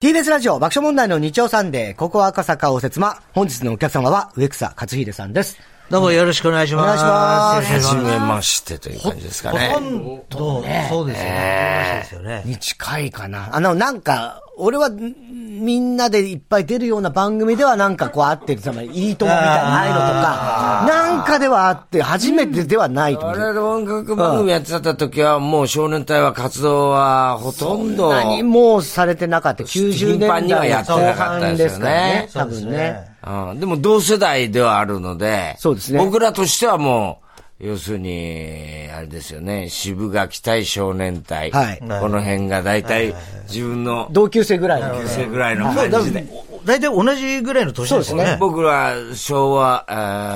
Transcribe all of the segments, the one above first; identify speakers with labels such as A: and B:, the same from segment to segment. A: TBS ラジオ爆笑問題の日曜サンデー、ここは赤坂応接間。本日のお客様は植草克秀さんです。
B: どうもよろしくお願いします。
A: お願いしま
C: 初めましてという感じですかね。
B: ほとんど、そうですよね。そうですよね。
A: に近いかな。あの、なんか、俺は、んみんなでいっぱい出るような番組ではなんかこうあってる、つまりいいともみたいな、ああいうのとか、なんかではあって、初めてではないと思
C: 我
A: う。
C: 々音楽番組やってた時は、もう少年隊は活動はほとんど、
A: 何もされてなかった。90
C: 頻
A: 年
C: 繁
A: 代
C: にはやって
A: 後
C: なかった
A: 半
C: で
A: です
C: よね
A: すからね。多分ね。
C: うんでも同世代ではあるので、
A: そうですね
C: 僕らとしてはもう、要するに、あれですよね、渋垣対少年隊。
A: はい
C: この辺が大体自分の
A: 同級生ぐらいの。
C: 同級生ぐらいの感
B: だ
C: じで。
B: 大体同じぐらいの年ですよね。
C: 僕は昭和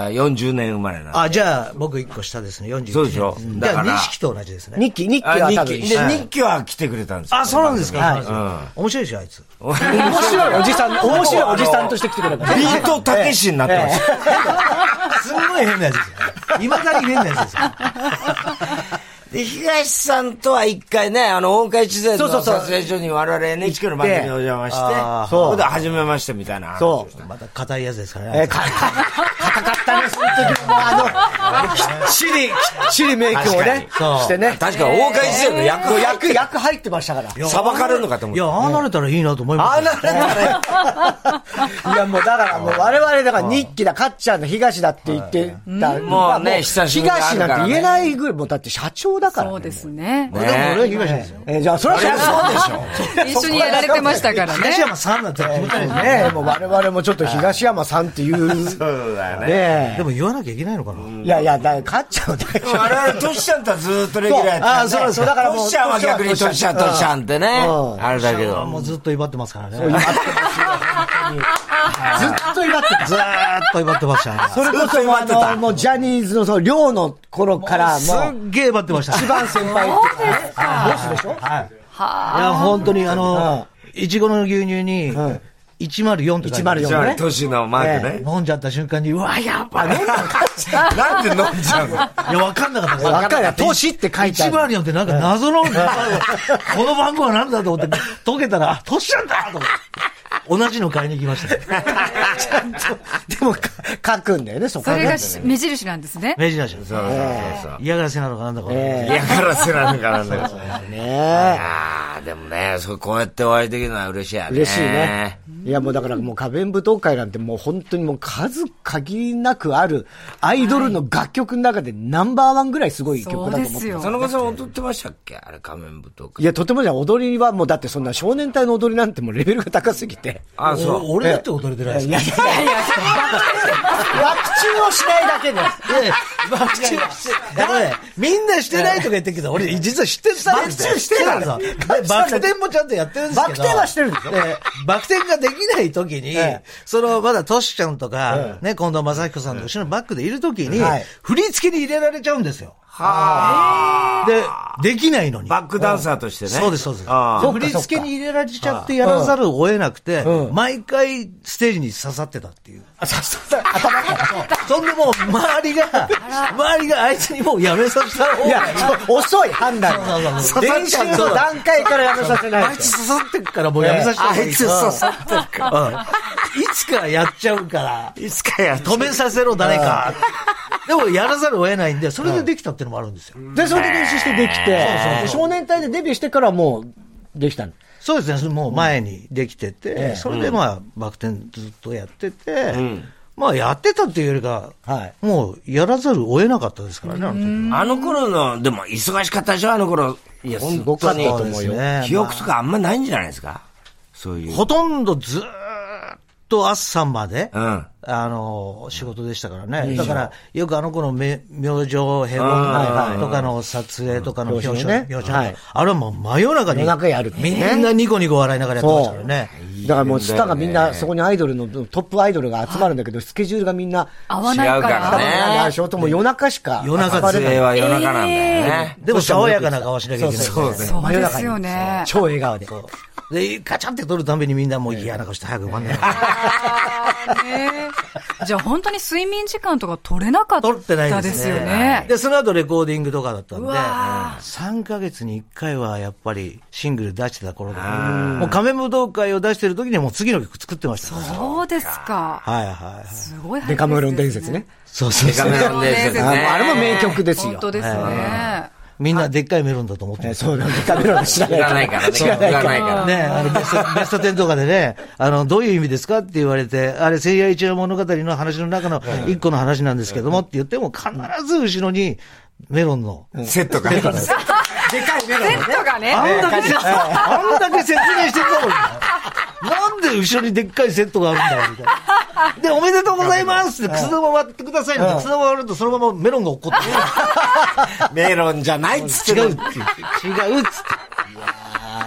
C: あー40年生まれなんで
B: あ、じゃあ、僕一個下ですね、41
C: そうでしょ
B: 年
C: だ
B: じゃ
C: か
B: あ、
C: ら
B: 錦と同じですね。
A: 日記、日記
C: あ
A: は多
C: 日
A: 分
C: 記
A: 一緒。
C: で、日記は来てくれたんですよ
B: あ、そうなんですか。
A: はい
B: そうなんですか面白いでしょ、あいつ。
C: 面
A: 面白いおじさん、面白いおじさんとして来てくれば
C: ビートたけしになってます。
B: すんごい変なやつですよ。いまだに変なやつですよ。
C: で、東さんとは一回ね、あの、大岡越前
A: そうそ
C: の
A: うそう
C: 撮影所に我々 NHK の番組にお邪魔して
B: あ、ー
C: そこで初めましてみたいな話を
A: そう
C: した。。
B: また硬いやつですから
A: えー、
B: ね。
A: か、か、硬かったね、その時も、あの、きっちり、きっちりメイクをね、
C: 確
B: かに
A: してね。
C: 確か大岡越前の役をやっ
A: 役、役入ってましたから。
C: 裁かれるのかと思っ
B: いや、
C: た。
B: ああなれたらいいなと思いま
A: あ
B: す
A: あなるほどね。 いや、もうだから、もう我々、だから日記だ、かっちゃんの東だって言ってた。
C: もうね久しぶりに会
A: 東
C: うか
A: な
C: らね
A: んて言えないぐらい、もうだって社長だからね。
D: そうです ね。
C: ね
B: 俺は東ですよ。
A: えーじゃあ、それはそうでしょ。
D: 一緒にやられてましたから
B: 東
D: ね。
B: 山さんなんて気持ち悪いですね。
A: ねえ、もう我々もちょっと東山さんっていう。
C: そうだよね。
A: ね
B: でも言わなきゃいけないのかな。
A: え。いやいや、だから、かっちゃんは大
C: でも我々、トシちゃんとはずーっとレギュラーやってたん
A: そうあーそうそうだからもう
C: トシちゃんは逆にトシちゃん、トシちゃんってね。
A: うん
C: あれだけ
B: あ
C: ど。
B: もうずっと威張ってますからね。
A: ずっと威張ってた。
B: ずーっと威張ってましたね。
A: それこ
C: ずっと威張って
A: そ、
C: た
A: あの、もうジャニーズのその寮の頃から、
B: す
A: もう、
B: っげえ威張ってました。
A: 一番先輩っていうかね、ボスでしょ
B: はい。いや、本当にあの、いちごの牛乳に、
A: ん
B: 104って書いてある
A: 104ね
C: トシのマークね。
B: 飲んじゃった瞬間に、うわ、やっぱね。
C: なんで飲んじゃうの
B: いや、わかんなかったです。
A: わかるや、投資って書いてある。
B: 104ってなんか謎の、この番号は何だと思って、解けたら、あ、年なんだと思って。同じの買いに行き ました。
A: でも、か書くんだよね、そこ
D: そ
A: は
D: れが
A: ね。
D: し目印なんですね。
B: 明治なし
C: そうそうそうそう。
B: 嫌がらせなのかなんだかわかんない。
A: え
C: 嫌がらせなのかなんだけど。
A: えね
C: ああ、でもね、そうこうやってお会いできるのは嬉しいや
A: え
C: ね。
A: 嬉しいね。。いや、もうだからもう、花弁舞踏会なんてもう本当にもう数限りなくある、アイドルの楽曲の中でナンバーワンぐらいすごい曲だと
D: そ
A: 思っ
D: う
A: て
D: で
A: ます
D: すよ。
C: 田中さん踊ってましたっけあれ、仮面舞踏
A: い
C: 会。
A: や、とてもじゃん踊りはもう、だってそんな少年隊の踊りなんてもうレベルが高すぎ て。
C: ああ、そう。
B: お俺だって踊れてないです
A: いやいやいや、ワクチンをしないだけで。
B: で、ワクチンして、だからね、みんなしてないとか言ってるけど、俺実は知ってたんですよ。
A: バク転してたんだ
B: そうなんですよでバク転もちゃんとやってるんですけど。
A: バク転はしてるんですよ
B: でバク転ができない時に
A: ええ、
B: その、まだトシちゃんとか、ね、近藤正彦さんの後ろのバックでいる時に
A: はい、
B: 振り付けに入れられちゃうんですよ。
C: はあ。
B: で、できないのに。
C: バックダンサーとしてね。
B: そうです、そうです。
C: あ
A: そ
C: あ
A: う
B: 振り付けに入れられちゃってやらざるを得なくて
A: うん、
B: 毎回ステージに刺さってたっていう。
A: あ、さすが、頭から。
B: そんでもう周りが、周りがあいつにもうやめさせた方が
A: いや、そう遅い判断が。
B: そうそうそう
A: 練習の段階からやめさせな
B: あ
A: い
B: い
A: と。
B: つ刺さってっからもうやめさせた方がいい。
C: あいつ刺さってるから。
B: うんいつかやっちゃうから、
C: いつかやっ
B: 止めさせろ誰か。でもやらざるを得ないんで、それでできたっていうのもあるんですよ。
A: で、それで練習してできて、で少年隊でデビューしてからもう、できたの。
B: そうですね、それもう前にできてて、それでまあ、バク転ずっとやってて、まあやってたっていうよりか、
A: はい
B: もうやらざるを得なかったですからね、あの時
C: あの頃の、でも忙しかったでしょあの頃。いや、
A: す
C: す
A: ご
C: ご
A: か
C: か
A: っ
C: ったた
A: と
C: と
A: 思うよ
C: 思う
B: まあ
C: よ。記憶とかあんまないんじゃないですかそういう。
B: ほとんどずーっと朝まで、
C: うん
B: あの、仕事でしたからね。だから、よくあの頃、め明星平凡とかの撮影とかの表
A: 表
B: 彰、
A: 紙ね
B: 表彰
A: はい
B: あれはもう真夜中に。
A: 夜中やるって
B: み
A: ね
B: んなニコニコ笑いながらやってましたからね。
A: だからもうスターがみんな、そこにアイドルの、トップアイドルが集まるんだけど、スケジュールがみんな、
D: 合わないか。
C: 違うかららね
A: あショートも夜中しか。
B: 夜中
A: 集まれな
C: 撮
A: い
C: 影は夜中なんだよね。
B: でも爽やかな顔しなきゃいけない。
A: そうそう
D: そうですよね。
A: 超笑顔で。
B: で、カチャって取るたんびにみんなもう嫌な顔して早く終わんない。
D: ねじゃあ本当に睡眠時間とか取れなかっ
B: 取ってない
D: た
B: ですね。
D: ですよね。
B: で、その後レコーディングとかだったんで、
D: うわ
B: 3ヶ月に1回はやっぱりシングル出してた頃で、もう仮面舞踏会を出してる時にはもう次の曲作ってましたから。
D: そうですか。
B: はいはいはい。
D: すごい
A: デカメロン伝説ね。
B: そうそうそ
C: カ
B: う。
C: メロン伝説
A: あ
C: ね。
A: あれも名曲ですよ
D: 本。当ですね。
B: みんなでっかいメロンだと思って
A: え
B: ま
A: ー
B: す。
A: そうなんだ。デカメロン知ら
C: 知らな
A: ないいか
C: か
A: らら。
C: ね。知らないから。
B: ね、あのベス ト、ベスト10とかでね、あの、どういう意味ですかって言われて、あれ、聖夜一夜物語の話の中の一個の話なんですけどもって言っても、必ず後ろにメロンの。
C: セットが。
A: でかいメ
D: セットがね。
B: あんだけ、あんだけ説明してたのに。なんで後ろにでっかいセットがあるんだろうみたいな。で、おめでとうございますって、楠玉割ってくださいなんて、楠玉割るとそのままメロンが落っこっ、
C: メロンじゃないっつってて
B: 違
C: る
B: うって いう、違うっつって。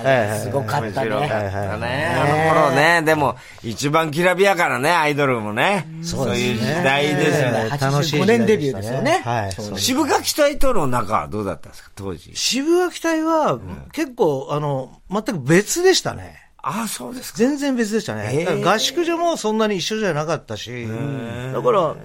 B: ええ
A: すごかった
C: 面白
A: ね。
C: かったね。あの頃ね、でも、一番きらびやからね、アイドルもね。そういう時代ですよね。
B: 楽しい時
A: 85
B: 代
A: 年デ
B: で
A: ビ
B: し
A: ュー
B: たね
A: ですよね。
B: はいそう
A: そう
C: 渋垣隊との仲はどうだったんですか、当時。
B: 渋垣隊は、結構、あの、全く別でしたね。
C: ああ、そうですか。
B: 全然別でしたね。だから合宿所もそんなに一緒じゃなかったし、だから、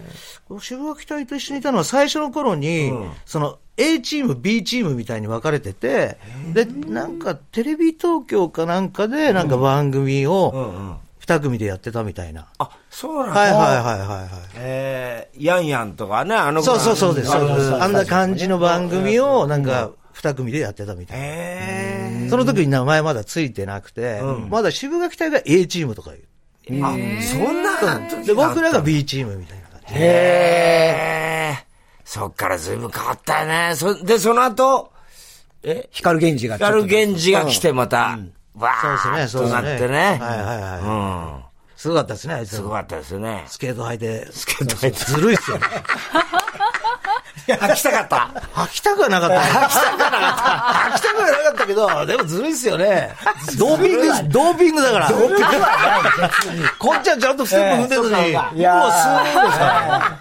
B: 渋垣隊と一緒にいたのは最初の頃に、その、A チーム、B チームみたいに分かれてて、で、なんかテレビ東京かなんかで、なんか番組を2組でやってたみたいな。
C: あ、そうなん
B: はいはい
C: だ。
B: はいはいはい。
C: えー、ヤンヤンとかね、あの
B: そうそうそうです。
C: あ
B: そう
C: の
B: ですあんな感じの番組を、なんか、二組でやってたみたいな。
C: え
B: その時に名前まだついてなくて、まだ渋垣隊が A チームとかいう。
C: ー、あ、そんな感じ。
B: で、僕らが B チームみたいな感じ。
C: へえ。そっからずいぶん変わったよね。そ、で、その後、え
A: 光源氏がちょっと。
C: 光源氏が来てまた、わーっ
B: そうですね、そう
C: とな
B: で
C: っ
B: すね。
C: てね。
B: はいはいは
C: うん。
B: い。すごかったですね、あいつ
C: すご
B: ら。
C: かったですね。
B: スケート履いて。
C: スケート履いて
B: ずるいっすよね。
C: 履きたかった。
B: 履きたくはなかった。履きたくはなかった。履きたくはなかったけど、でもずるいっすよね。ドーピング、ドーピングだから。ドーピングこっちはちゃんとステップ踏んでるのに、もう数
A: いやー
B: 年ですから。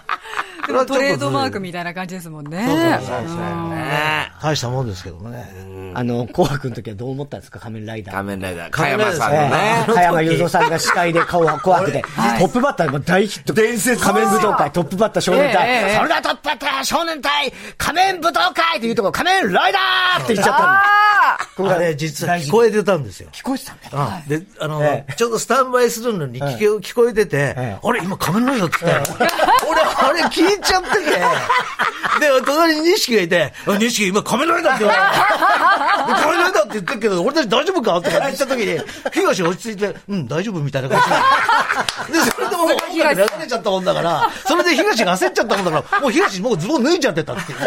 D: でもトレードマークみたいな感じですもんね。
C: ね
B: 大したもんですけどもね。
A: あの、紅白の時はどう思ったんですか仮面ライダー。
C: 仮面ライダー、加
B: 仮面ライダー
C: 山さんのね。
A: 加山雄三さんが司会で顔は紅白で、トップバッターも大ヒット。伝説仮面舞踏会、トップバッター少年隊、
D: ええええ
A: それがトップバッター少年隊、仮面舞踏会っていうとこ、仮面ライダーって言っちゃった
D: ああ
B: あれ、実は聞こえてたんですよ。
A: の。聞こえてたんだよ。
B: あで、あの、
A: え
B: ちょうどスタンバイするのに聞け、聞こえてて、
A: ええ
B: あれ、今仮面ライダーって言ったよ。 俺、あれ聞いちゃってて。で、隣に錦がいて、あ錦今仮面ライダーって言われた。で仮面ライダーって言ってるけど、俺たち大丈夫かって言った時に、東落ち着いて、うん、大丈夫みたいな感じ で。で、それでもう音楽流れちゃったもんだから、それで東が焦っちゃったもんだから、もう東もうズボン脱いじゃってたっていう。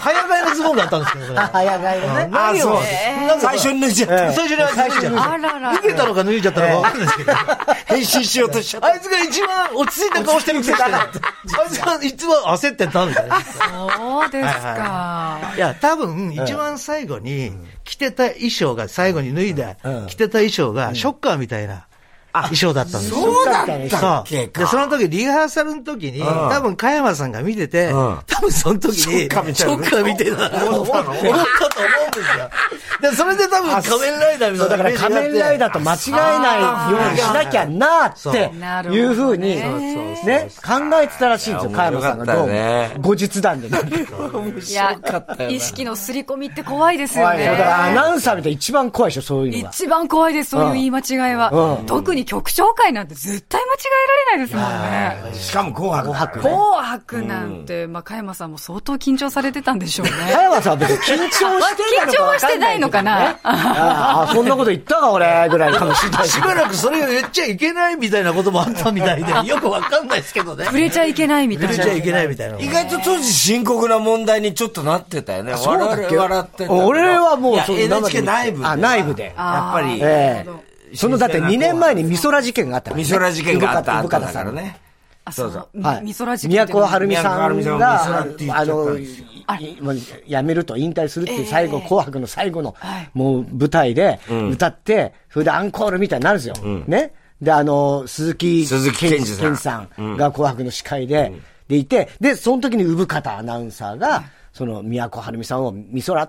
B: 早替えのズボンだったんですけど、それ
A: 早がいのね。
B: 何をなんか
C: 最初に脱いじゃった。
B: 最初に脱いじゃった。
D: あらら
B: 脱。げたのか脱いじゃったのかわかんないですけど。
C: 変身しようとしちゃった。
B: あいつが一番落ち着いた顔してるくせして、あいつが一番焦ってたみたいな。
D: そうですか。
B: いや、多分、一番最後に、着てた衣装が、最後に脱いだ、着てた衣装が、ショッカーみたいな衣装だったんですよ。
C: そうだった
B: そ
C: っけ
B: うで、そ
C: か。
B: の時、リハーサルの時に、多分、加山さんが見てて、多分その時に、ショッ
C: カーみたいな
B: カーみたいな、思ったと思うんですよ。で、それで多分、仮面ライダーみ
A: そ
B: たいうな
A: だから
B: イメージ
A: 仮
B: があって。
A: 面ライダーと間違えないようにしなきゃなーっていうふうに、
D: そう
A: ね、考えてたらしいんですよ、加山さんがどう
C: 面白かった
A: も。
C: ね
A: 後日談でね。
D: いや、意識のすり込みって怖いですよ
A: 怖い
D: ね
A: よ。だ。からアナウンサーみたいな一番怖いでしょ、そういうのが。
D: 一番怖いです、そういう言い間違いは。特に曲紹介なんて絶対間違えられないですもんね。
C: しかも紅白。紅白。
D: 紅白なんて、まあ、加山さんも相当緊張されてたんでしょうね。
A: 加山さんは別に緊張してたのか分かんないけどね
D: 緊張はしてないのかな
A: ああ、そんなこと言ったか俺、ぐらいかもしれない
B: しばらくそれを言っちゃいけないみたいなこともあったみたいで、よくわかんないですけどね。
D: 触れちゃいけないみたいな。
B: 触れちゃいけないみたいな。
C: 意外と当時深刻な問題にちょっとなってたよね。
A: そうだっけ
C: 我々 笑ってたけど。
A: 俺はもう
C: いや
A: そう
C: NHK
A: 生
C: 内
A: で見
C: 部で。
A: てあ、内部で。
C: やっぱり、
A: ええ。そのだって2年前に美空事件があったからね
C: 美空事件があった
A: 生方
C: 後だから。
A: 生
C: ね。
D: あ、そうそう。
A: 方さんはい。
D: みそらじ
A: 宮古春美さ
C: 宮
A: ん
C: 古
A: が
C: 春美さんが、
A: あ
C: 美空
A: の、
C: って言っ
A: いもう辞めると引退するっていう最後、紅白の最後の
D: はい、
A: もう舞台で歌って、それでアンコールみたいになるんですよ。ね。で、あの、鈴木
C: 鈴木健二さん
A: 健さんが紅白の司会で、でいて、で、その時に産方アナウンサーが、その、宮古春美さんを、美空、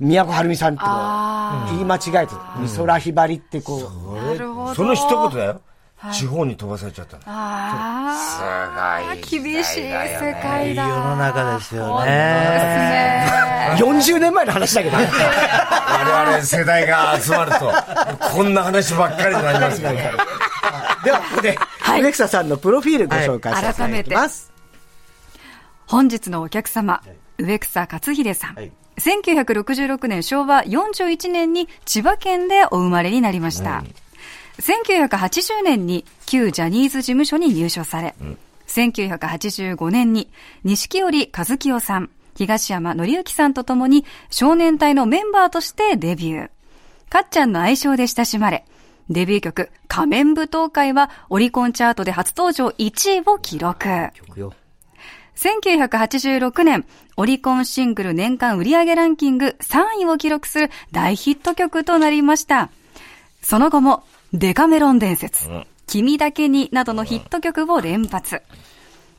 A: 宮古晴美さんってこ
D: あ
A: う、言い間違えて、美空ひばりってこう、
D: なるほど。
C: その一言だよ。地方に飛ばされちゃったの。
D: ああ、
C: す
D: 厳しい世界だ。
B: いい世の中ですよ
D: 本当で
B: ね。
D: すね。
A: 40年前の話だけどね。
C: 我々世代が集まると、こんな話ばっかりになります ね。
A: では、ここで、
D: い
A: アレクサさんのプロフィールご紹介させていただきます。
D: 本日のお客様、植草克秀さん。1966年昭和41年に千葉県でお生まれになりました。1980年に旧ジャニーズ事務所に入所され、1985年に錦織和清さん、東山紀之さんと共に少年隊のメンバーとしてデビュー。かっちゃんの愛称で親しまれ、デビュー曲仮面舞踏会はオリコンチャートで初登場1位を記録。1986年、オリコンシングル年間売上ランキング3位を記録する大ヒット曲となりました。その後も、デカメロン伝説、君だけになどのヒット曲を連発。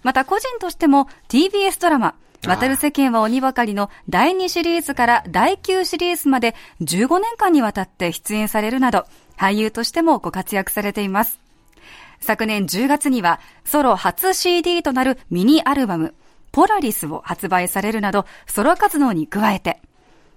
D: また個人としても TBS ドラマ、渡る世間は鬼ばかりの第2シリーズから第9シリーズまで15年間にわたって出演されるなど、俳優としてもご活躍されています。昨年10月にはソロ初 CD となるミニアルバム、ポラリスを発売されるなど、ソロ活動に加えて、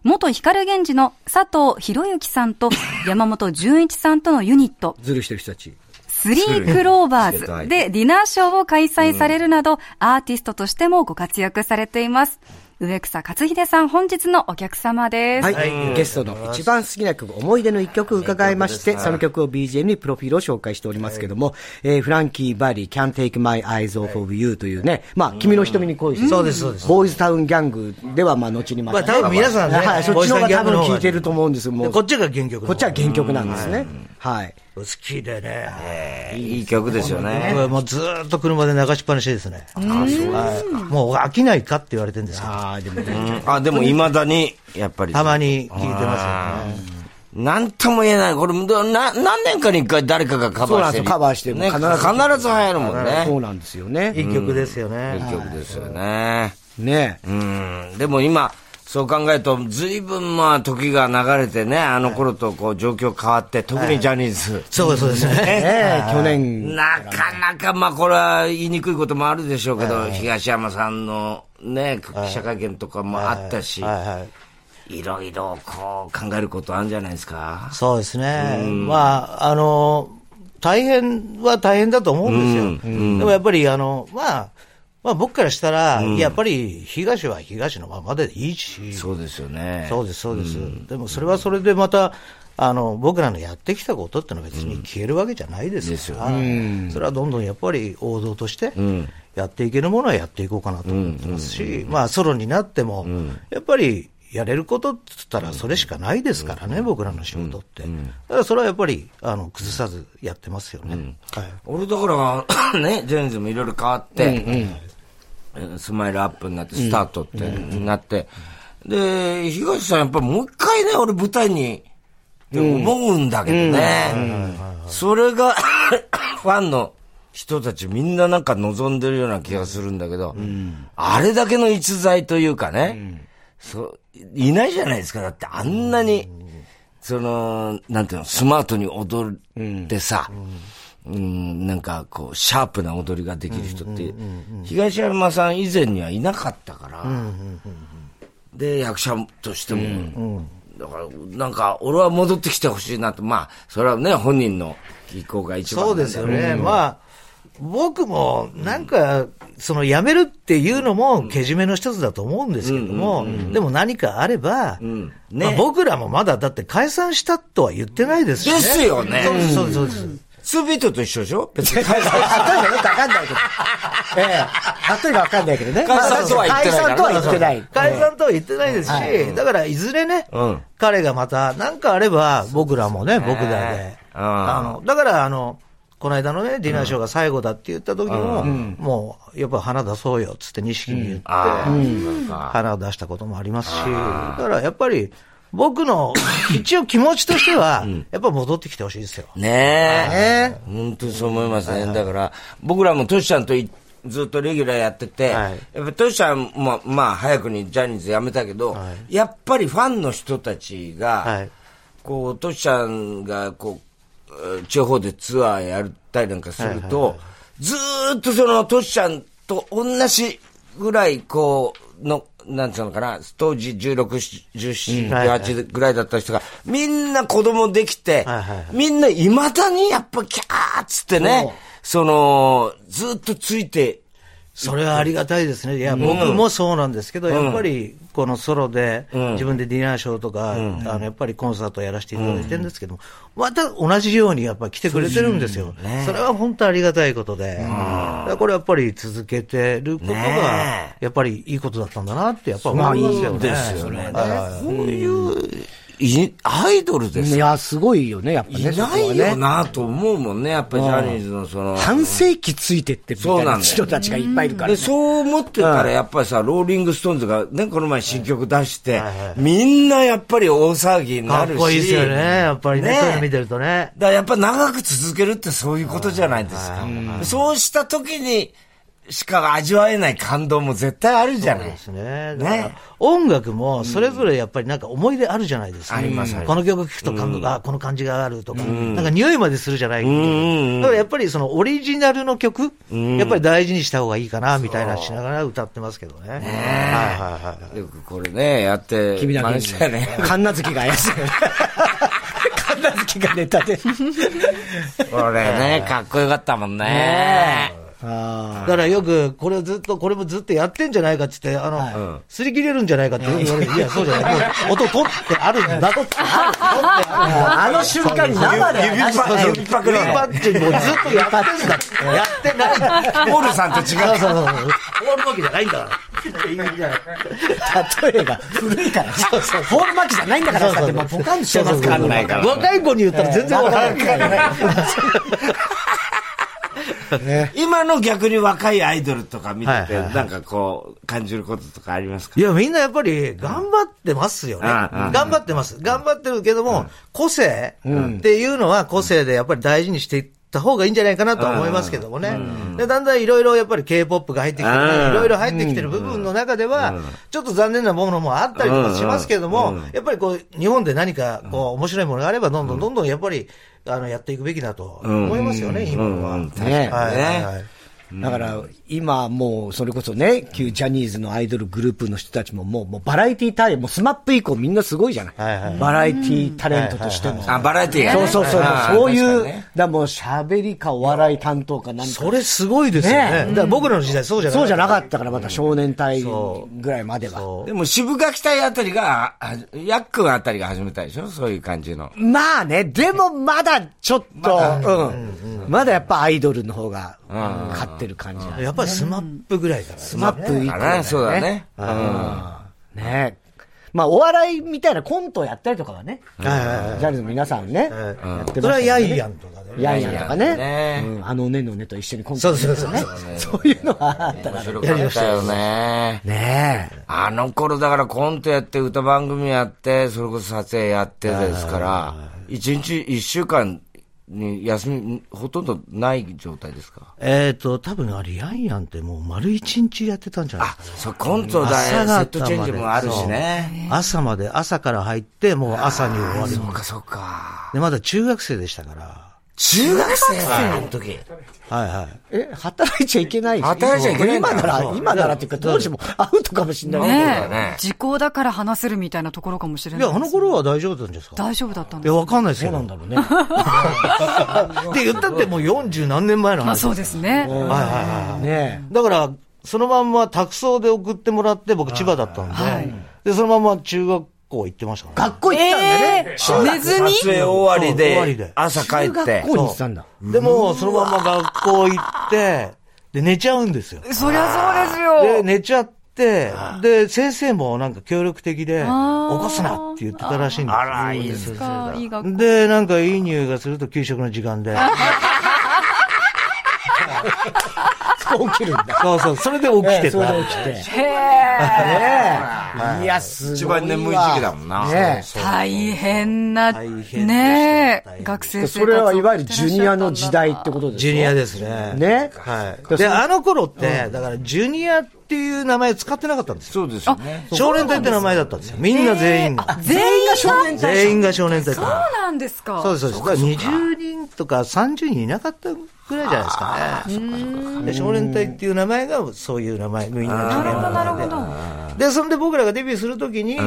D: 元光源氏の佐藤博之さんと山本純一さんとのユニット、
A: ずるしてる人たち。
D: スリークローバーズでディナーショーを開催されるなど、アーティストとしてもご活躍されています。植草克秀さん、本日のお客様です。
A: はい、ゲストの一番好きな曲、思い出の一曲伺いまして、その曲を BGM にプロフィールを紹介しておりますけども、えーフランキー・バリー、Can't Take My Eyes Off of You というね、まあ、君の瞳に恋して、
B: そうですそうです
A: ボーイズタウンギャングでは、まあ、後にま
B: まあ
A: た、
B: 多分皆さんね
A: はい、そっちの方が多分聞いてると思うんですも
B: で
A: う
B: こっちが原曲の方。
A: こっちは原曲なんですね。はい。
B: 好きでね。
C: いい曲ですよね
B: 僕。はもうずーっと車で流しっぱなしですね。はいもう飽きないかって言われてるんですけど、
A: ああ、でも、
C: うんあ、でも未だに、やっぱり。
B: たまに聞いてますよね。
C: なんとも言えない。これ、どな何年かに一回誰かがカバーして
A: そうなんで
C: る。
A: すカバーしてる
C: ね。
A: 必
C: 必
A: ず
C: ず流行るもん
A: そう
C: ね。
A: なんですよね。
B: いい曲ですよ
C: いい
B: ね。
C: 曲ですよね。
A: ね
C: うん。でも今、そう考えると、随分まあ、時が流れてね、あの頃とこう、状況変わって、特にジャニーズ。
B: そうそうです
A: え。
B: ね。
A: ねえ、去年、
C: なかなか、まあ、これは言いにくいこともあるでしょうけど、東山さんのね、記者会見とかもあったし、
B: はいはい。
C: いろいろこう考えることあるんじゃないですか。
B: そうですね、まあ、あの大変は大変だと思うんですよ、でもやっぱりあの、まあ、まあ、僕からしたら、やっぱり東は東のままでいいし、
C: そうですよね。
B: そうです、そうです、でもそれはそれでまた、あの僕らのやってきたことってのは別に消えるわけじゃないですから、それはどんどんやっぱり王道として、やっていけるものはやっていこうかなと思ってますし、まあ、ソロになっても、やっぱりやれることって言ったら、それしかないですからね、僕らの仕事って、だからそれはやっぱりあの崩さずやってますよね。はい
C: 俺だから ねジェーンズもいろいろ変わって、えースマイルアップになってスタートってなって、で東さんやっぱもう一回ね俺舞台にって思うんだけどね、それが ファンの人たちみんななんか望んでるような気がするんだけど、あれだけの逸材というかね、そういないじゃないですかだってあんなに、その、なんていうの、スマートに踊ってさ、うん、なんかこう、シャープな踊りができる人って、東山さん以前にはいなかったから、で、役者としても、だから、なんか、俺は戻ってきてほしいなと、まあ、それはね、本人の意向が一番
B: そうですよね、まあ、僕もなんか、その辞めるっていうのも、けじめの一つだと思うんですけども、でも何かあれば、まあ、僕らもまだだって解散したとは言ってないですしね。
C: ですよね
B: そうです、そうです、そうです。
C: ツービートと一緒でしょ別に。
A: 例えばよくわかんないけど。ええ例えばわかんないけどね。
C: 解散とは言ってないから
A: 解散とは言ってない。
B: 解散とは言ってないですし、だからいずれね、
C: うん
B: 彼がまた、なんかあれば、僕らもね、僕らで、
C: うん
B: あの、だから、あの、この間のね、ディナーショーが最後だって言った時も、もう、やっぱ花出そうよ、つって錦に言って、
C: ああ、
B: 花を出したこともありますし、だからやっぱり、僕の一応気持ちとしては、やっぱ戻ってきてほしいですよ。
C: ねえ。本当にそう思いますね。だから、僕らもトシちゃんといずっとレギュラーやってて、
B: はい
C: やっぱトシちゃんも、まあ、早くにジャニーズ辞めたけど、
B: は
C: やっぱりファンの人たちが、
B: はい
C: こう、トシちゃんが、こうえー、地方でツアーやったりなんかすると、ずーっとその、トシちゃんと同じぐらい、こう、の、なんつうのかな、当時16、17、
B: はいはい
C: 18ぐらいだった人が、みんな子供できて
B: はいはいはい、
C: みんな未だにやっぱキャーっつってね、その、ずーっとついて、
B: それはありがたいですね。いや、僕もそうなんですけど、やっぱり、このソロで、自分でディナーショーとか、あの、やっぱりコンサートをやらせていただいてるんですけども、また同じようにやっぱり来てくれてるんですよ。それは本当ありがたいことで、だからこれやっぱり続けてることが
C: ね、
B: やっぱりいいことだったんだなって、やっぱ思いますよね。
C: ですよね。こういう、いアイドルですよ
A: いや、すごいよね、やっぱね。
C: いないよなと思うもんね、やっぱジャニーズのその。
A: 半世紀ついてってみた
C: そう
A: い
C: なん
A: な
C: だよ
A: 人たちがいっぱいいるから
C: で、
A: ね。
C: そう思ってたら、やっぱりさ、ローリングストーンズがね、この前新曲出して、みんなやっぱり大騒ぎに
B: か
C: な
B: っ
C: るし。
B: こいいですよね、やっぱりね、
C: ね
B: そういうの見てるとね。
C: だからやっぱ長く続けるってそういうことじゃないですか。そうした時にしか味わえない感動も絶対あるじゃない。
B: ですね。だから
C: ね。
B: 音楽もそれぞれやっぱりなんか思い出あるじゃないですか。
C: ありますあります
B: この曲聴くと感が、あこの感じがあるとか、なんか匂いまでするじゃない。
C: ん
B: だからやっぱりそのオリジナルの曲、やっぱり大事にした方がいいかなみたいなしながら歌ってますけどね。はいはいはい。
C: よくこれね、やって、
A: 君だ
C: 真
A: け
C: 似
A: に
C: したよ ね。
A: 神奈月が怪しい。神奈月がネタで。
C: これね、かっこよかったもんね。
A: あ
B: だからよく、これをずっと、これもずっとやってんじゃないかって言って、あの、擦り切れるんじゃないかってよく言われて、いや、そうじゃない。もう音取って あるんだと。
A: ああの瞬間に生で
C: 指パ指パクリ
B: リパッチンもうずっとやってんだ。やってないんだ。
C: オールさんと 違
B: そう
C: う。
B: そうそう。終わるわけじゃないんだから。
A: 例えが古いから。そうそう。ホール巻きじゃないんだからさ、でもポカンとしちゃいますから。
C: わかんないから
B: 若い子に言ったら全然わからない。
C: 今の逆に若いアイドルとか見て
B: はい
C: て、
B: はいはい
C: なんかこう、感じることとかありますか
B: いや、みんなやっぱり頑張ってますよね。
C: うんうん
B: 頑張ってます。頑張ってるけども、個性っていうのは個性でやっぱり大事にしていった方がいいんじゃないかなとは思いますけどもね。で、だんだんいろいろやっぱり K-POP が入ってきて、い
C: うん
B: ろいろ入ってきてる部分の中では、ちょっと残念なものもあったりとかしますけども、やっぱりこう、日本で何かこう、面白いものがあれば、どんどんどんどんやっぱり、あの、やっていくべきだと思いますよね、今のは。
C: うん
A: ね
B: はいはいはい。
A: だから、今もう、それこそね、旧ジャニーズのアイドルグループの人たちももう、もうバラエティータレント、もうスマップ以降みんなすごいじゃない。
B: はいはい
A: バラエティータレントとしても。
C: あ、バラエティーや
A: そう
C: ね
A: そうそう
C: あ。ー
A: そうい
C: 確
A: う、
C: かに
A: だ
C: ね
A: からもう喋りかお笑い担当かなんか。
B: それすごいですよね。
A: ね
B: だから僕らの時代そうじゃなか
A: そ
B: っ
A: う
B: た
A: じゃなかったから、また少年隊
B: そ
A: ぐらいまでは。
B: そう
C: でも渋垣隊あたりが、あヤックンあたりが始めたでしょそういう感じの。
A: まあね、でもまだちょっと、うん。まだやっぱアイドルの方が、勝ってる感じだね
B: やっぱりスマップぐらいから、ね。
A: スマップ以降
C: あ
A: だ
C: ら、
A: よ
C: そうだね。
A: ねまあ、お笑いみたいなコントをやったりとかはね、ジ
B: はいはいはい
A: ャニーズの皆さんね、やって
B: それ
A: ま
B: は
A: す
B: ヤイヤンとかね。
A: ヤンヤンとかね
C: ね、
A: うんあのねのねと一緒にコント
B: そう
A: を
B: そうそうそ
A: そ
B: う。
A: ういうのはあった
C: 面
A: ら
C: 白かったよね。
A: ね
C: あの頃だからコントやって、歌番組やって、それこそ撮影やってですから、一日、一週間に休み、ほとんどない状態ですか
B: えっと、多分あれ、ヤンヤンってもう丸一日やってたんじゃない
C: あ、そう、コントだ
B: 朝
C: ね。セ
B: 方ま
C: ッ
B: で
C: トチェンジもあるしね。
B: 朝まで、朝から入って、もう朝に終わり
C: そうか、そうか。
B: で、まだ中学生でしたから。
C: 中学生の時。
B: はいはい。
A: え。え、働いちゃいけないし
C: 働いちゃいけないんだ
A: 今な
C: そ
A: ら、
C: う
A: 今ならっていうか、当時もアウトかもしれないけど。
C: だよ
D: ね
C: ね
D: え。時効だから話せるみたいなところかもしれ
B: い
D: ない
B: や、
D: です。
B: あの頃は大丈夫だったんじゃないですか
D: 大丈夫だったん
B: い
D: で
B: や、
D: す。
B: わかんないですよ。
A: なんだろうね。
B: って言ったってもう40何年前の話。
D: まあそうです
B: は
D: ね。
B: いはいはいはい。
A: ね
B: だから、そのまんま託送で送ってもらって、僕千葉だったんで、で、そのまんま中学校行ってましたからね、
A: 学校行ってたんだよね。
D: え寝ずに
C: 撮影終わり
B: 終わりで
C: で、朝帰
A: 中
C: っ
A: 学
C: て。
A: 校に行ってたんだ。
B: でも、そのまま学校行って、で、寝ちゃうんですよ。
D: そりゃそうです
B: で、
D: よ。
B: 寝ちゃって、で、先生もなんか協力的で、起
D: ー
B: こすなって言ってたらしいんですよ
C: あら、いいですね。
D: かいい学校
B: で、なんかいい匂いがすると給食の時間で。
A: こう起きるんだ。
B: そうそう、それで起き
A: ええ
B: て
A: それ
B: た
A: で。起きて。
D: へえ。
A: ねえ。いや、すごい。
C: 一番眠い時期だもんな。
A: ね
D: 大変な、
B: 大変でした
D: ね
B: 大
D: え、
B: 変
D: 学生
A: え。
D: 生活を
A: それはいわゆるジュニアの時代って
D: と。
A: ことです
B: ジュニアですね。
A: ね
B: はい。で、あの頃って、だから、ジュニアっていう名前使ってなかったんですよ。
C: そうですよね。
B: 少年隊って名前だったんですよ。みんな全員が
D: あ。全員が少年隊。
B: 全員が少年隊
D: そう
B: か。
D: なんですか。
B: そうです、そうです。だから20人とか30人いなかったぐらいじゃないですかね。で少年隊っていう名前が、そういう名前、みんな
D: な
B: ジュ
D: る
B: ニア
D: ほど、
B: の名
D: なる
B: 前で
D: ほど。
B: で、そんで僕らがデビューするときに、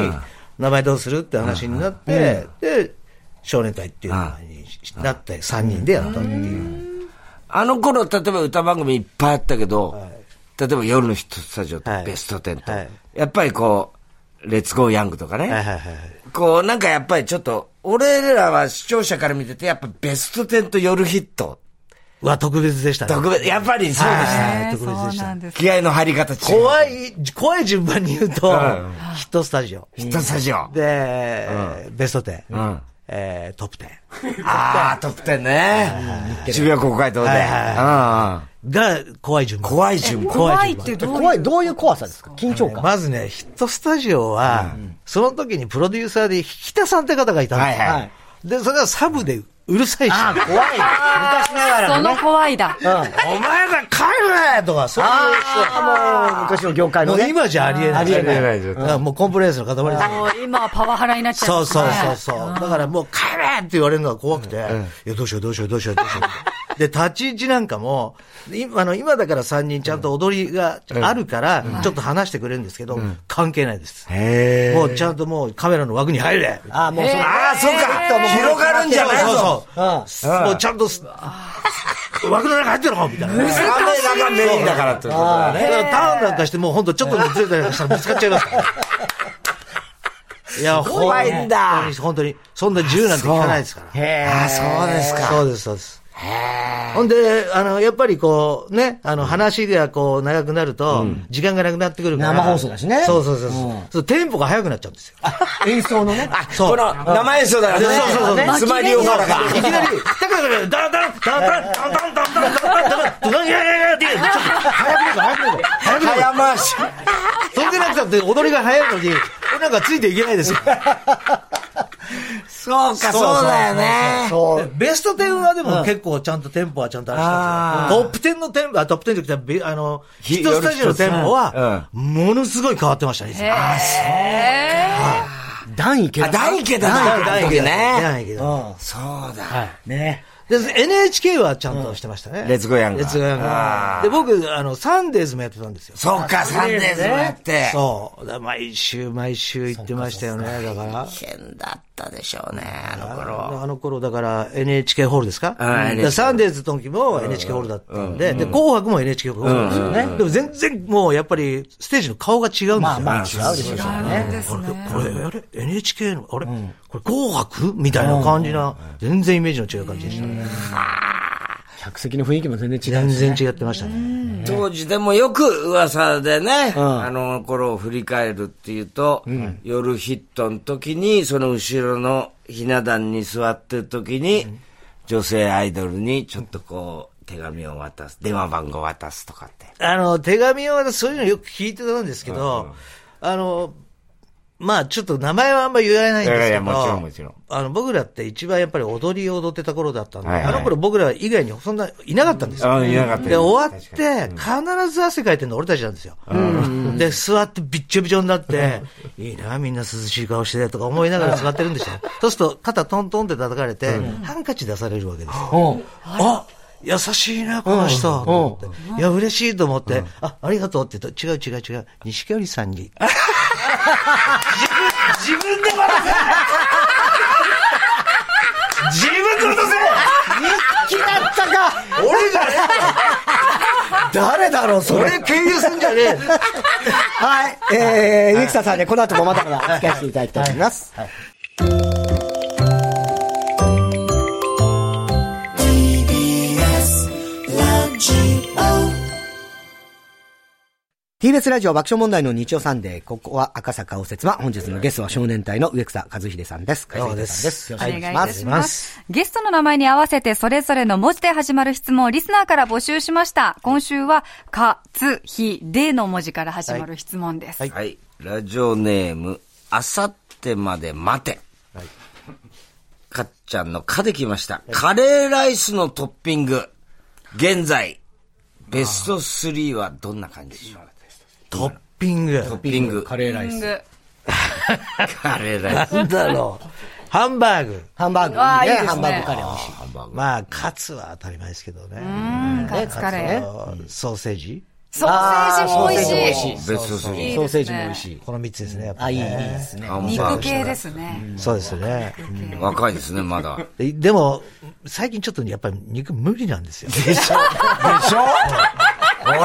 B: 名前どうするって話になって、で、少年隊っていうのになって、3人でやったっていう。
C: あの頃、例えば歌番組いっぱいあったけど、例えば夜のヒットスタジオと
B: はい
C: ベストテンと、
B: はい
C: やっぱりこう、レッツゴーヤングとかね、
B: はいはいはい。
C: こうなんかやっぱりちょっと、俺らは視聴者から見てて、やっぱベストテンと夜ヒット、
B: は特別でしたね。
C: 特別、やっぱりそうでした。
B: は
D: え
B: い
D: ー
B: 特別で
D: そう
B: し
D: な
B: た
D: ん。です。
C: 気合の入り方違う。
B: 怖い、怖い順番に言うと、ヒ
C: ん
B: ットスタジオ。
C: ヒットスタジオ。
B: で、ベスト10、
C: ん
B: えートップ10
C: ああ、トップ10ね。渋谷公会堂で。
B: はいはいが怖い順
C: うん
B: 番。
C: 怖い順番。
D: 怖いってどういう
A: 怖い、どういう怖さですか緊張感。
B: まずね、ヒットスタジオは、その時にプロデューサーで引田さんって方がいたんですよ。
C: はいはい
B: で、それはサブでうるさいし、
A: ああ、怖い。昔なが
D: そ
A: らの
D: の
A: ね。
D: 怖いだ。
B: お前ら帰るねとか、そういう
A: ああ、もう昔の業界
B: 人。も
A: の
B: う
A: ね。
B: 今じゃありえない。
A: ありえない
B: だからもうコンプライアンスの塊ですよ。
D: もう今はパワハラになっちゃ
B: そうそうそう
D: う。
B: そう。だからもう帰れって言われるのが怖くて、いや、どうしようどうしようどうしようどうしよう。で、立ち位置なんかも、今あの今だから3人ちゃんと踊りがあるから、ちょっと話してくれるんですけど、関係ないです。
C: へ
B: もうちゃんともうカメラの枠に入れ
A: ああ、もうその、
C: ああ、そうか。広がるんじゃない
B: そう
C: ぞ。
B: そうそう。もうちゃんとす、枠の中入ってろみたいな。だ
C: カメラがメインだからってことだね。
B: からターンなんかしてもうほんとちょっとずれたりなんかしたらぶつかっちゃいますから。いや、
C: 怖いん
B: 本
C: だ
B: 当に、本当に、そんな銃なんて聞かないですから。
A: へ
C: ああ、そうですか。
B: そうです、そうです。ほんで、あの、やっぱりこう、ね、あの、話がこう、長くなると、時間がなくなってくるから。
A: 生放送だしね
B: そうそうそう
A: う
B: そ
A: ん
B: う。そうテンポが速くなっちゃうんですよ。
A: え。演奏のね。
C: あ、この、生演奏だからね。
B: そうそうそう
C: スマイリーオファラ
B: いきなり、だから、だだだだだだだだだだだだいやいやいやって、ちょっと早く早く早く
C: が。早回し。
B: そんでなくたって踊りが早いのに、なんかついていけないですよ。
C: そうか、そうだよね。
A: そう。
B: ベスト10はでも結構ちゃんとテンポはちゃんとあるんですよ。トップ10のテンポ、あトップ10じゃなくてベあの、ヒ
C: ひ
B: ットスタジオのテンポは、ものすごい変わってましたね。いつも
A: 段池
C: あ、大池だ
B: だだ
C: な、大
B: だ
C: 池
B: だ
C: ね。
B: だけ
A: う
B: ど
A: ん。
C: そうだ。
A: ね
B: で NHK はちゃんとしてましたね。
C: レッツゴーヤング
B: レッツゴーヤング
C: あ
B: で、僕、あの、サンデーズもやってたんですよ。
C: そうか、サンデーズもやって。
B: そう。だ毎週毎週行ってましたよね。だから。
C: 危険だったでしょうね、あの頃。
B: あの頃だから NHK ホールですか
C: ああ NHK
B: でサンデーズの時も NHK ホールだったんで、で、紅白も NHK ホールだったんですよね。でも全然もうやっぱりステージの顔が違うんですよ。
A: まあまあ、違うでしょう
D: あ
A: ね。
D: るんですね。
B: これ、あれ ?NHK の、あれ、これ紅白みたいな感じな、全然イメージの違う感じでしたね。
A: 客席の雰囲気も全然違うし
B: 全然違ってましたね。
C: 当時でもよく噂でね、あの頃を振り返るっていうと、夜ヒットの時に、その後ろのひな壇に座ってる時に、女性アイドルにちょっとこう、手紙を渡す、電話番号を渡すとかって。
B: あの、手紙はそういうのよく聞いてたんですけど、あの、まあちょっと名前はあんま言えないんですけど、
C: いやいやもちろんもちろん
B: あの、僕らって一番やっぱり踊りを踊ってた頃だったんで、
C: はいはい
B: あの頃僕ら以外にそんないなかったんですよ。
C: あいなかった
B: で、
C: よ
B: 終わって、必ず汗かいてるの俺たちなんですよ。で、座ってびっちょびちょになって、 いいな、みんな涼しい顔してとか思いながら座ってるんですよ。そうすると、肩トントンって叩かれて、ハンカチ出されるわけですよ。
A: うん。
B: あ優しいな、この人。と思っていや、嬉しいと思って、あ、ありがとうって言ったら、違う違う違う、西織さんに。
C: 自分で渡せ自分で渡
A: 日記だったか
B: 俺がね、
A: 誰だろう、それ。
B: 俺経由すんじゃねえ。
A: はい。えー、ゆきささんね、この後もまだまだお付き合いしていただきたいと思います。
E: TBS ラジオ
A: TBS ラジオ爆笑問題の日曜サンデー、ここは赤坂応接は、本日のゲストは少年隊の植草和秀さんです。
B: どうもです
A: よろ
D: お
A: しくお
D: 願い
A: 願い
D: い
A: したます
D: し。ます。ゲストの名前に合わせてそれぞれの文字で始まる質問をリスナーから募集しました。今週は、か、つ、ひ、での文字から始まる質問です。
C: はい。ラジオネーム、あさってまで待て。かっちゃんのかできました。カレーライスのトッピング。現在、ベスト3はどんな感じでしょう
B: トッピング。
C: トッピング。
A: カレーライ
D: リン
A: ス。
D: グ
C: カレーライス。
B: なんだろう。ハンバーグ。
A: ハンバーグ、
D: わあいいですね
A: ハンバーグカレー美味しい。
C: ハンバーグ。
B: まあ、カツは当たり前ですけどね。
D: うん、カツカレー。
B: ー。ソーセージ
D: ソーセージも美味し
A: あーソーセージも美味。しい
D: い
C: ベ スト3。
A: ソーセージも美味しい。
B: この3つですね、やっぱ
A: あ、い
B: り
A: い、いい
B: ね。
A: ですね。
C: ハンバー
D: 肉
C: グ
D: 系ですね。
B: そうですね。
C: 若いですね、まだ。
B: ででも、最近ちょっとやっぱり肉無理なんですよ。で
C: でしょほら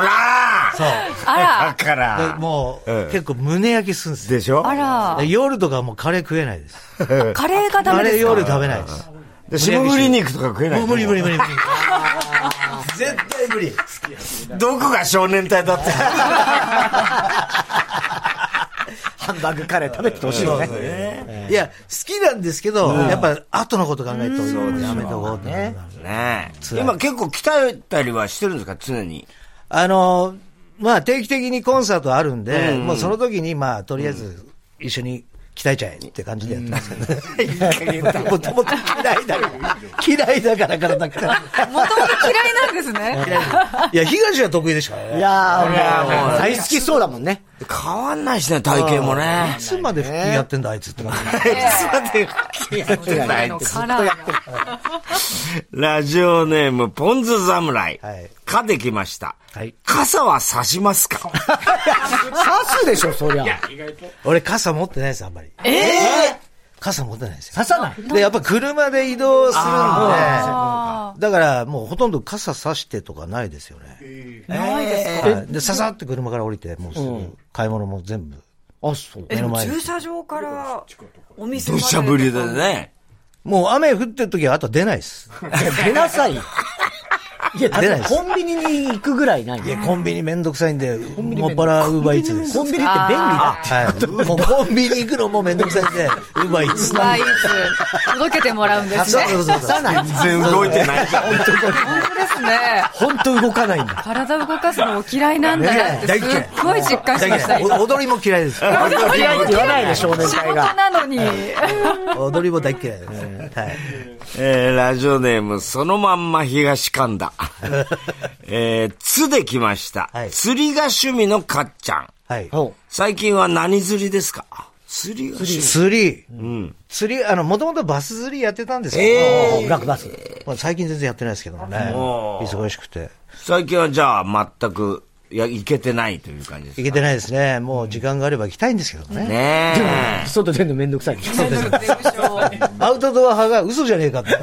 B: そう。
D: あら、
C: か
B: で
C: ら。
B: もう、結構胸焼けするんですよ。
C: でしょ
D: あら、
B: で夜とかもうカレー食えないです。
D: カレーがダ
B: カ
D: メ
B: レー
D: ですか
B: 夜食べないです。
C: で霜降り肉とか食えない
B: もう無理無理無理無理。
C: 絶対無理。どこが少年隊だって。
A: ハンバーグカレー食べてほしいよね。
B: いや、好きなんですけど、やっぱ後のこと考えると、やめとこうってなる。
C: ねえ。今結構鍛えたりはしてるんですか常に。
B: あの、まあ定期的にコンサートあるんで、もうその時にまあとりあえず一緒に鍛えちゃえって感じでやってますけどね。もともと嫌いだから。嫌いだから体から。
D: もともと嫌いなんですね。
B: いや、東は得意 でしたから
A: いや
B: ね。
C: いや
A: ー、も
C: も
A: う
C: う
A: 大好きそうだもんね。
C: 変わんないしね、体型もね
B: い。つまで腹筋やって んだ、あいつって感じ。
D: あのカラーが
C: ラジオネーム、ポンズ侍。
B: はい
C: かできました。
B: はい
C: 傘は差します か
A: 刺すでしょ、そりゃ。
B: 俺傘持ってないです、あんまり。ええ傘持ってないですよ。
A: 刺さない。
B: で、やっぱ車で移動するんで、だからもうほとんど傘さしてとかないですよね。
D: ないですか
B: はいで、ささって車から降りて、もうすぐ買い物も全部
A: あ、そう。
B: 目の前に
D: 駐。車場からお店ま
C: 土
D: で。
C: 砂降りでね。
B: もう雨降ってる時はあとは出ないです。
A: 出なさい。いや、だっ
B: 出
A: て
B: ないです
A: コンビニに行くぐらいない。
B: いや、コンビニめんどくさいんで、もっぱらウーバーイーツです
A: コ。ンビニって便利だって。
B: はい。もうコンビニ行くのもめんどくさいんで、ウーバーイーツ。
D: バイツ届けてもらうんです
B: そう
D: ね。
B: そうそうそう。
A: 刺さない。
C: 全然動いてないじゃん。
D: 本当ですね。
A: 本当動かないんだ。
D: 体動かすのお嫌いなんだなって、すっごい実感しました。
B: お踊りも嫌いです。
A: 嫌いって言わ ないで、少年
D: 仕
A: 隊
D: 事
A: が。
D: なのに。
B: 踊りも大嫌いです。はい。
C: えーラジオネーム、そのまんま東神田。 えー、つできました、
B: はい
C: 釣りが趣味のかっちゃん。
B: はい。
A: ほ
C: 最近は何釣りですか釣りが趣味。
B: 釣り。釣り、あの、もともとバス釣りやってたんですけど、
A: う。音楽バス。
B: まあ最近全然やってないですけどもね。
C: おー
B: 忙しくて。
C: 最近はじゃあ、全く、いや、行けてないという感じです
B: 行けてないですね。もう時間があれば行きたいんですけどね。
C: ねえ。
A: 外出るのめんどくさい。
B: アウトドア派が嘘じゃねえかって。
C: え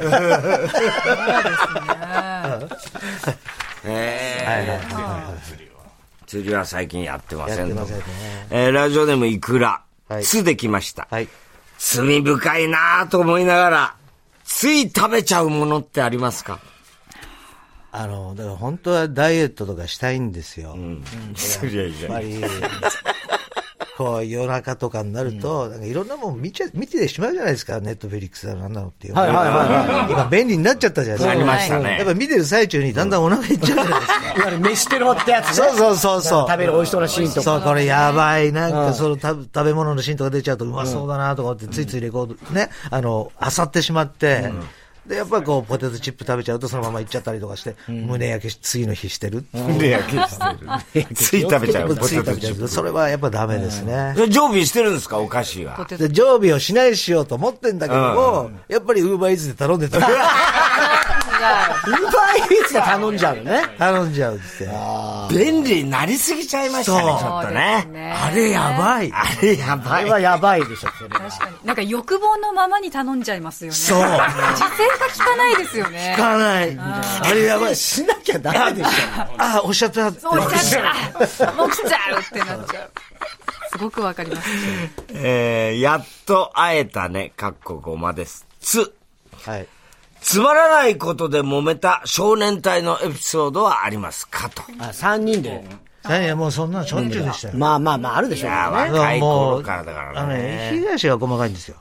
C: ー釣りは最近やってません
B: や
C: と
B: ってませんね
C: えーラジオネーム、いくら
B: は。い
C: つできまし た。
B: はい。
C: 罪深いなぁと思いながら、つい食べちゃうものってありますか
B: あの、だから本当はダイエットとかしたいんですよ。やっ
C: そりゃいいじゃ
B: ぱり、こう夜中とかになると、なんかいろんなもん見ちゃ、見てしまうじゃないですか。ネットフェリックスだなんだのっていう。
A: はいはいはいは
B: 今便利になっちゃったじゃないですか。
C: なりましたね
B: やっぱ見てる最中にだんだんお腹いっちゃうじゃないで すか。
A: いわゆる飯テロってやつね。
B: そうそうそうそう。
A: 食べる美味しそうなシーンとか。
B: そう、これやばい。なんか、その食べ食べ物のシーンとか出ちゃうと、うまそうだなとかって、ついついレコード、ね、あの、あさってしまって、で、やっぱりこう、ポテトチップ食べちゃうと、そのままいっちゃったりとかして、胸焼けし、次の日してる。
C: ん。で、焼けしてる。つい食べちゃう。
B: つい食べちゃうけどそれはやっぱダメですね。
C: それ常備してるんですかお菓子は。
B: で、常備をしないしようと思ってんだけども、やっぱりウーバーイーツで頼んでた。
A: ウーバーイーツが頼んじゃうのね。
B: 頼んじゃうって。
C: 便利になりすぎちゃいましたね、ちょっと
D: そうです
C: ね。
D: ね
B: あれやばい。
C: あれや
A: あ
C: ば
A: れ
C: い。
A: はやばいでしょ、それは。
D: なんか欲望のままに頼んじゃいますよね。
B: そう。
D: 実践が効かないですよね
B: 行。かない。あれやばい。
A: しなきゃダメでし
B: ああ、おっしゃった。
D: そう来ちゃった。もう来ちゃうってなっちゃう。すごくわかります。
C: えー、やっと会えたね、かっこごまです。つ、
B: はい。
C: つまらないことで揉めた少年隊のエピソードはありますかと。
A: ょ。あ、三人で。
B: いやいや、もうそんなのしょっちゅうでしたよ。
A: まあまあまあ、あるでしょうね。
C: 若い頃からだから
B: あのね、
C: ね。
B: 東は細かいんですよ。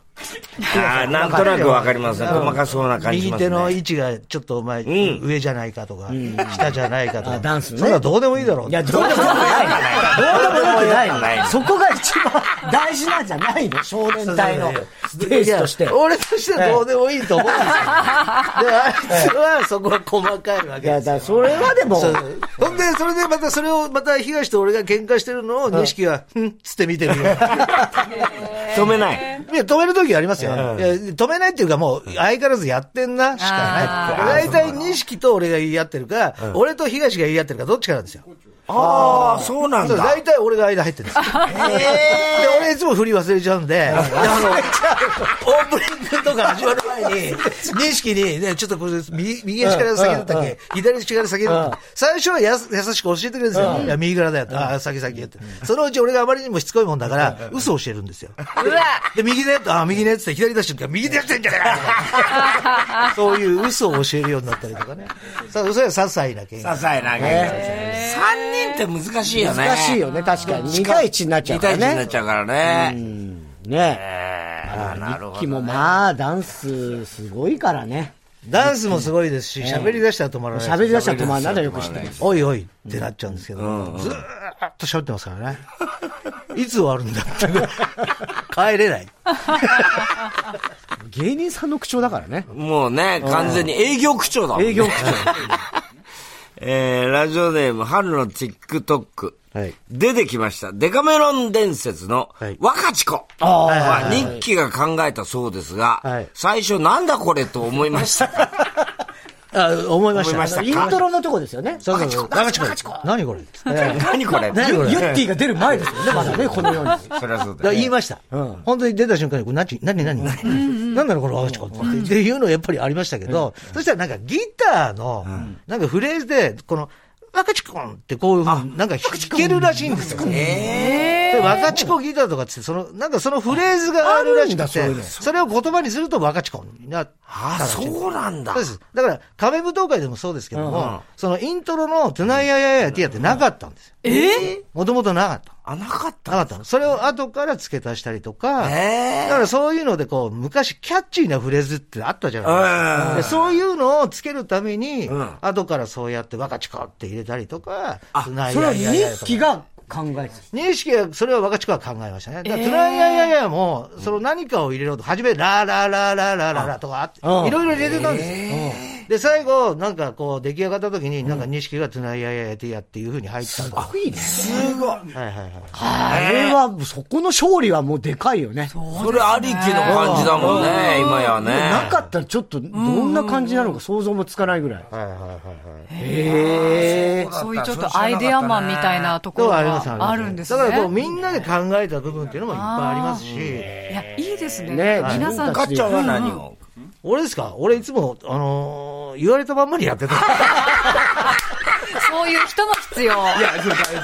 C: あーなんとなくわかりますね。細かそうな感じし
B: 右
C: ます
B: 手の
C: ね。
B: 位置がちょっとお前、
C: ん
B: 上じゃないかとか、下じゃないかとか。
A: あダンスね
B: そんなどうでもいいだろう。
A: いや、どうでもよくないどうでもよくないそこが一番大事なんじゃないの 少年隊のステージとし
B: い
A: て
B: や。俺としてはどうでもいいと 思うんですよ。で、あいつはそこは細かいわ
A: い
B: け
A: や、だ
B: で
A: からそれはでも、
B: そうほんで、それでまた、それを、また、東と俺が喧嘩してるのを、錦は、ふんっつって見 てるよ。い
C: 止めない。
B: や、止める時ありますよ。いや、止めないっていうか、もう、相変わらずやってんな、しか
C: あー
B: ない。大体、錦と俺が言い合ってるか、俺と東が言い合ってるか、どっちかなんですよ。
C: ああ、そうなん
B: そう
C: だ。
B: 大体俺が間入ってるんですよ。で、俺いつも振り 忘れちゃうんで、であの、オープニングとか始まる前に、認識に、ね、ちょっとこれ、右右足から先だったっけ左足から先だったっけ最初はやす優しく教えてくれるんですよ。いや、右からだよって。ああ、先先って。そのうち俺があまりにもしつこいもんだから、嘘を教えるんですよ。で、右ねって、ああ、右ねって言って左出してるから、右でやってんじゃねえ かそういう嘘を教えるようになったりとかね。さそれは些細な経験。
C: 些細な感じ。3人って難しいよね。
A: 難しいよね、確かに。2対1になっちゃう
C: 2
A: から
C: 対1になっ
A: ね。
C: ちゃうからね。
A: ね
C: えーなるほ
A: え。
C: ど。
A: もまあ、ダンスすごいからね。
B: ダンスもすごいですし、喋り出したら止まらないですよ。
A: 喋り出したら止まらないのよく知ってます。
B: おいおいってなっちゃうんですけど、ずーっと喋ってますからね。 いつ終わるんだって。 帰れない。
A: 芸人さんの口調だからね。
C: もうね、完全に営業口調だもんね
A: 営業口調。
C: えー、ラジオネーム、春の TikTok。
B: はい
C: 出てきました。デカメロン伝説の
B: はい、
C: 若智子。は日記が考えたそうですが、
B: はい
C: 最初なんだこれと思いまし たか
B: あ、思いまし
C: 思い
B: た。
C: ました
A: イントロのとこですよね。
B: そうそうそう。中地君何これ
C: 何これ
B: 何これ
A: ユッティが出る前ですよね、まだね、このよう に。
C: そりゃそ
B: だから
C: うだよ。
B: 言いました。本当に出た瞬間に、これ何、何、何なんだろう、この赤ちゃんってっていうのやっぱりありましたけど、そしたらなんかギターの、なんかフレーズで、この、若ちこんってこういうふうに、なんか弾けるらしいんですよ。で、若ちこギターとかっつって、その、なんかそのフレーズがあるらしくて、それを言葉にすると若ちこんにな
C: あ、そうなんだ
B: そう。です。だから、壁舞踏会でもそうですけども、そのイントロの、トゥナイヤヤヤヤティアってなかったんですよ。えもともとなかった。
C: あ、なかっ
B: な
C: た。
B: かったの。それを後から付け足したりとか、
C: へー
B: だからそういうのでこう、昔キャッチーなフレーズってあったじゃないですか。でそういうのを付けるために、後からそうやって若ちこって入れたりとか、あ、
A: それは認識が考えてた
B: 認識は、それは若ちこは考えましたね。だから、トライアイヤイヤも、その何かを入れようと、初め、ラーラーラーラーラーラーとかあって、い
A: うん
B: ろいろ入れてたんですよ。うんで、最後、なんかこう、出来上がった時に、なんか認識がトライアイヤイヤティアっていう風に入ったんです。
A: かっこいいね。
C: すごい。
B: はいはいはい。
A: あれは、そこの勝利はもうでかいよね。
C: それありきの感じだもんね、今やね。
A: なかったらちょっと、どんな感じなのか想像もつかないぐらい。
B: はいはいはいはい。
D: そういうちょっとアイデアマンみたいなとこ
B: と
D: ろ
B: はあります
D: があるんですね。
B: だからこうみんなで考えた部分っていうのもいっぱいありますし、
D: いや、いいですね。
A: ね
D: 皆さん、
C: かっちゃんは何を
B: 俺ですか俺いつも、あのー言われたまんまにやってた。
D: そういう人も必要。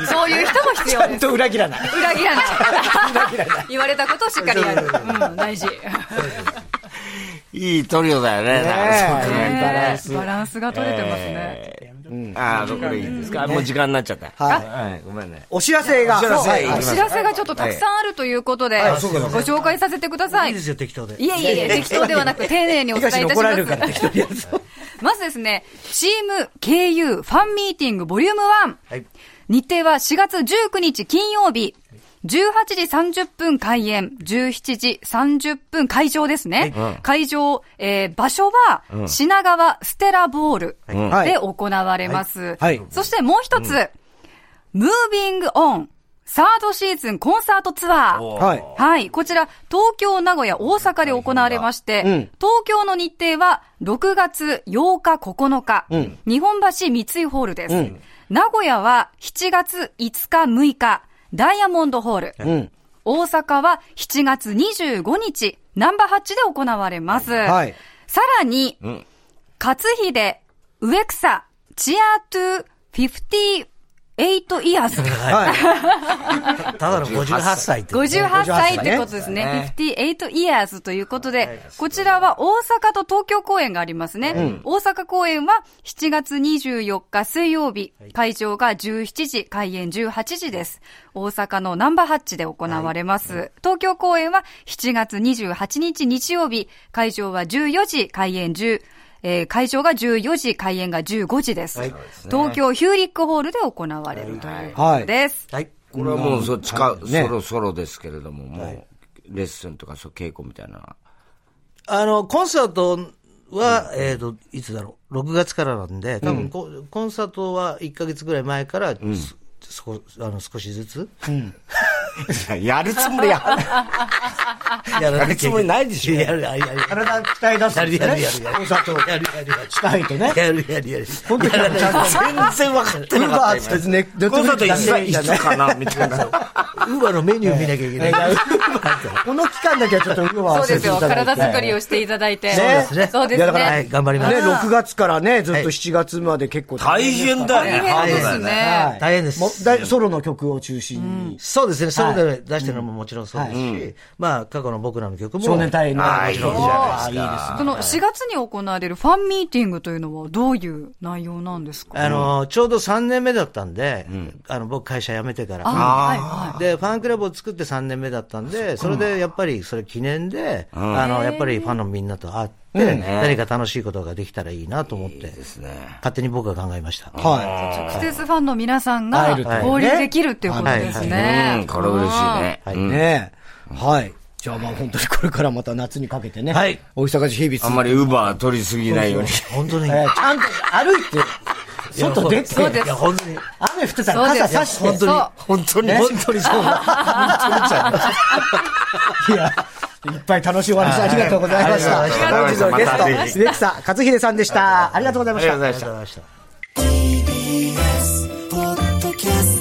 D: そういう人も必要です。
A: と裏切らない。
D: 裏切らない。言われたことをしっかりやる。うん、大事。
C: いいトリオだよね。だからそう考えた
D: バ
C: ら
D: ランス。バランスが取れてますね。
C: ああ、これいいですか。もう時間になっちゃった。。
A: はい
C: はい、ごめんね。
A: お知らせが。
C: お知らせ
A: はい
C: 行きま
D: お
C: す
D: 知らせがちょっとたくさんあるということで、ご紹介させてくださ
B: いい
D: い。
B: ですよ、適当で。
D: いえいえいえ、適当ではなく丁寧にお伝えいたし
A: 東に
D: ます。
A: 怒られるから適当
D: まずですね、チーム KU ファンミーティングボリューム1。
B: はい。
D: 日程は4月19日金曜日。18時30分開演、17時30分会場ですね。会場、えー場所は、品川ステラボール
A: はい
D: で行われます。
A: はいはい
D: そしてもう一つ、ムービングオン、サードシーズンコンサートツアー。
A: はい。
D: はい。こちら、東京、名古屋、大阪で行われまして、
A: ん
D: 東京の日程は6月8日、9日、日本橋三井ホールです。名古屋は7月5日、6日、ダイヤモンドホール。
A: うん。
D: 大阪は7月25日、ナンバーハッチで行われます。
A: はい
D: さらに、
C: ん
D: 勝秀、植草、チアートゥー、フィフティー、 8 years。
B: はい。ただの58歳って。
D: 58歳ってことですね。
C: ね
D: 58 years ということで、こちらは大阪と東京公演がありますね。大阪公演は7月24日水曜日、会場が17時、開演18時です。大阪のナンバーハッチで行われます。東京公演は7月28日日曜日、会場は14時、開演10、えー会場が14時、開演が15時です。東京ヒューリックホールで行われるということです。
B: はい。
C: これはもうそ、近、
A: ね
C: そろそろですけれども、もう、レッスンとか、そう、稽古みたいなのは。
B: あの、コンサートは、えっと、いつだろう。6月からなんで、多分こ、コンサートは1ヶ月ぐらい前から、すそこあの少しずつ
C: やるつも りや。
B: やら
C: やるつもりないでしょ
B: やる、やる、やる。
A: 体鍛え出す
B: や
A: ん
B: る
A: で
B: や
A: すね
B: るやるやる。
A: コンサートを
B: やるやるやる。
A: 鍛えてね。
B: やるやるやる。
A: この時はちゃんと
C: 全然分かって
A: ウ
C: な
A: ー
C: か
A: バー
C: った
A: っ
C: 今。
A: てネット
C: コンサート いつ
A: だけ
C: い
A: じゃ
C: つ
A: ない。
C: かなみたいな。
B: ウーバーのメニュー見なきゃいけない。
A: この期間だけはちょっとウーバー
D: そう
A: 忘
D: で
A: れ
D: す
A: てい
D: よ。
A: ただいて。
D: 体作りをしていただいて。
A: そうです
B: ね
D: そうで
A: いやだ
D: す
A: から
B: はい、
D: ね。
B: 頑張ります
A: ね、。6月からね、ずっと7月まで結構
C: 大変だよね、
D: 大変です
C: ハードだよ
D: ね
A: はい
B: 大変です
A: もうだいソロの曲を中心に。
B: そうですね、ソロで出してるのももちろんそうですし、まあ、過去の僕らの曲も。
A: 少年隊員の。
C: ああいいじゃないですか
A: ああいい
D: その4月に行われるファンミーティングというのはどういう内容なんですか
B: あの、ちょうど3年目だったんで、あの、僕会社辞めてから。
D: はいは
B: で、ファンクラブを作って3年目だったんで、それでやっぱりそれ記念で、
C: ん
B: あの、やっぱりファンのみんなと会って、何か楽しいことができたらいいなと思って、
C: ですね。
B: 勝手に僕が考えました。
A: はい。
D: い。直接ファンの皆さん
A: 会え
D: が
A: るというね
D: 交流できるっていうことです
C: う
D: ね
C: ん、。これ嬉しいね。
B: は
C: はいい。
A: ねえはい。じゃあまあ本当にこれからまた夏にかけてね。
B: はい。
A: 大阪市日々
C: あんまりウーバー取りすぎないよう に。
B: 本当に。
A: えーちゃんと歩いて、外出て、
D: そうです
B: いや、本当に。
A: 雨降ってたら
D: そうで
A: 傘
D: す。
A: 差して。
D: そう
B: 本当に、本当にそう。
A: いや、いっぱい楽しいお話ありがとうございました。
B: はい
C: ありがとうございました
A: 本日のゲスト、デクサ勝秀さ んでした。ありがとうございました。
C: ざいま
B: ありがとうございました。
E: TBS ポッドキャスト